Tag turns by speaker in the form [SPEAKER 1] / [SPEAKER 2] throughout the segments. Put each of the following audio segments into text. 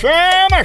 [SPEAKER 1] chama,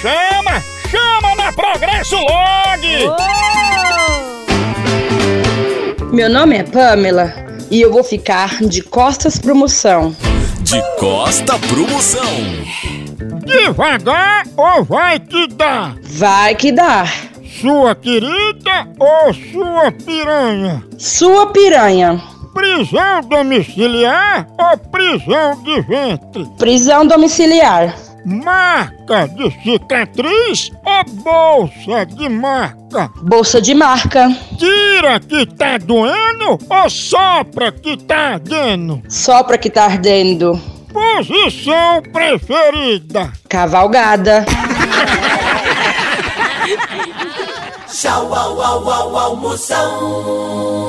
[SPEAKER 1] Chama, chama na Progresso Log.
[SPEAKER 2] Oh!
[SPEAKER 3] Meu nome é Pamela e eu vou ficar de costas pro moção.
[SPEAKER 4] De Costa pro Moção.
[SPEAKER 1] Devagar ou vai te dar?
[SPEAKER 3] Vai que dá.
[SPEAKER 1] Sua querida ou sua piranha?
[SPEAKER 3] Sua piranha.
[SPEAKER 1] Prisão domiciliar ou prisão de ventre?
[SPEAKER 3] Prisão domiciliar.
[SPEAKER 1] Marca de cicatriz ou bolsa de marca?
[SPEAKER 3] Bolsa de marca.
[SPEAKER 1] Tira que tá doendo ou sopra que tá ardendo?
[SPEAKER 3] Sopra que tá ardendo.
[SPEAKER 1] Posição preferida.
[SPEAKER 3] Cavalgada.
[SPEAKER 4] Tchau, au, au, au, almoção.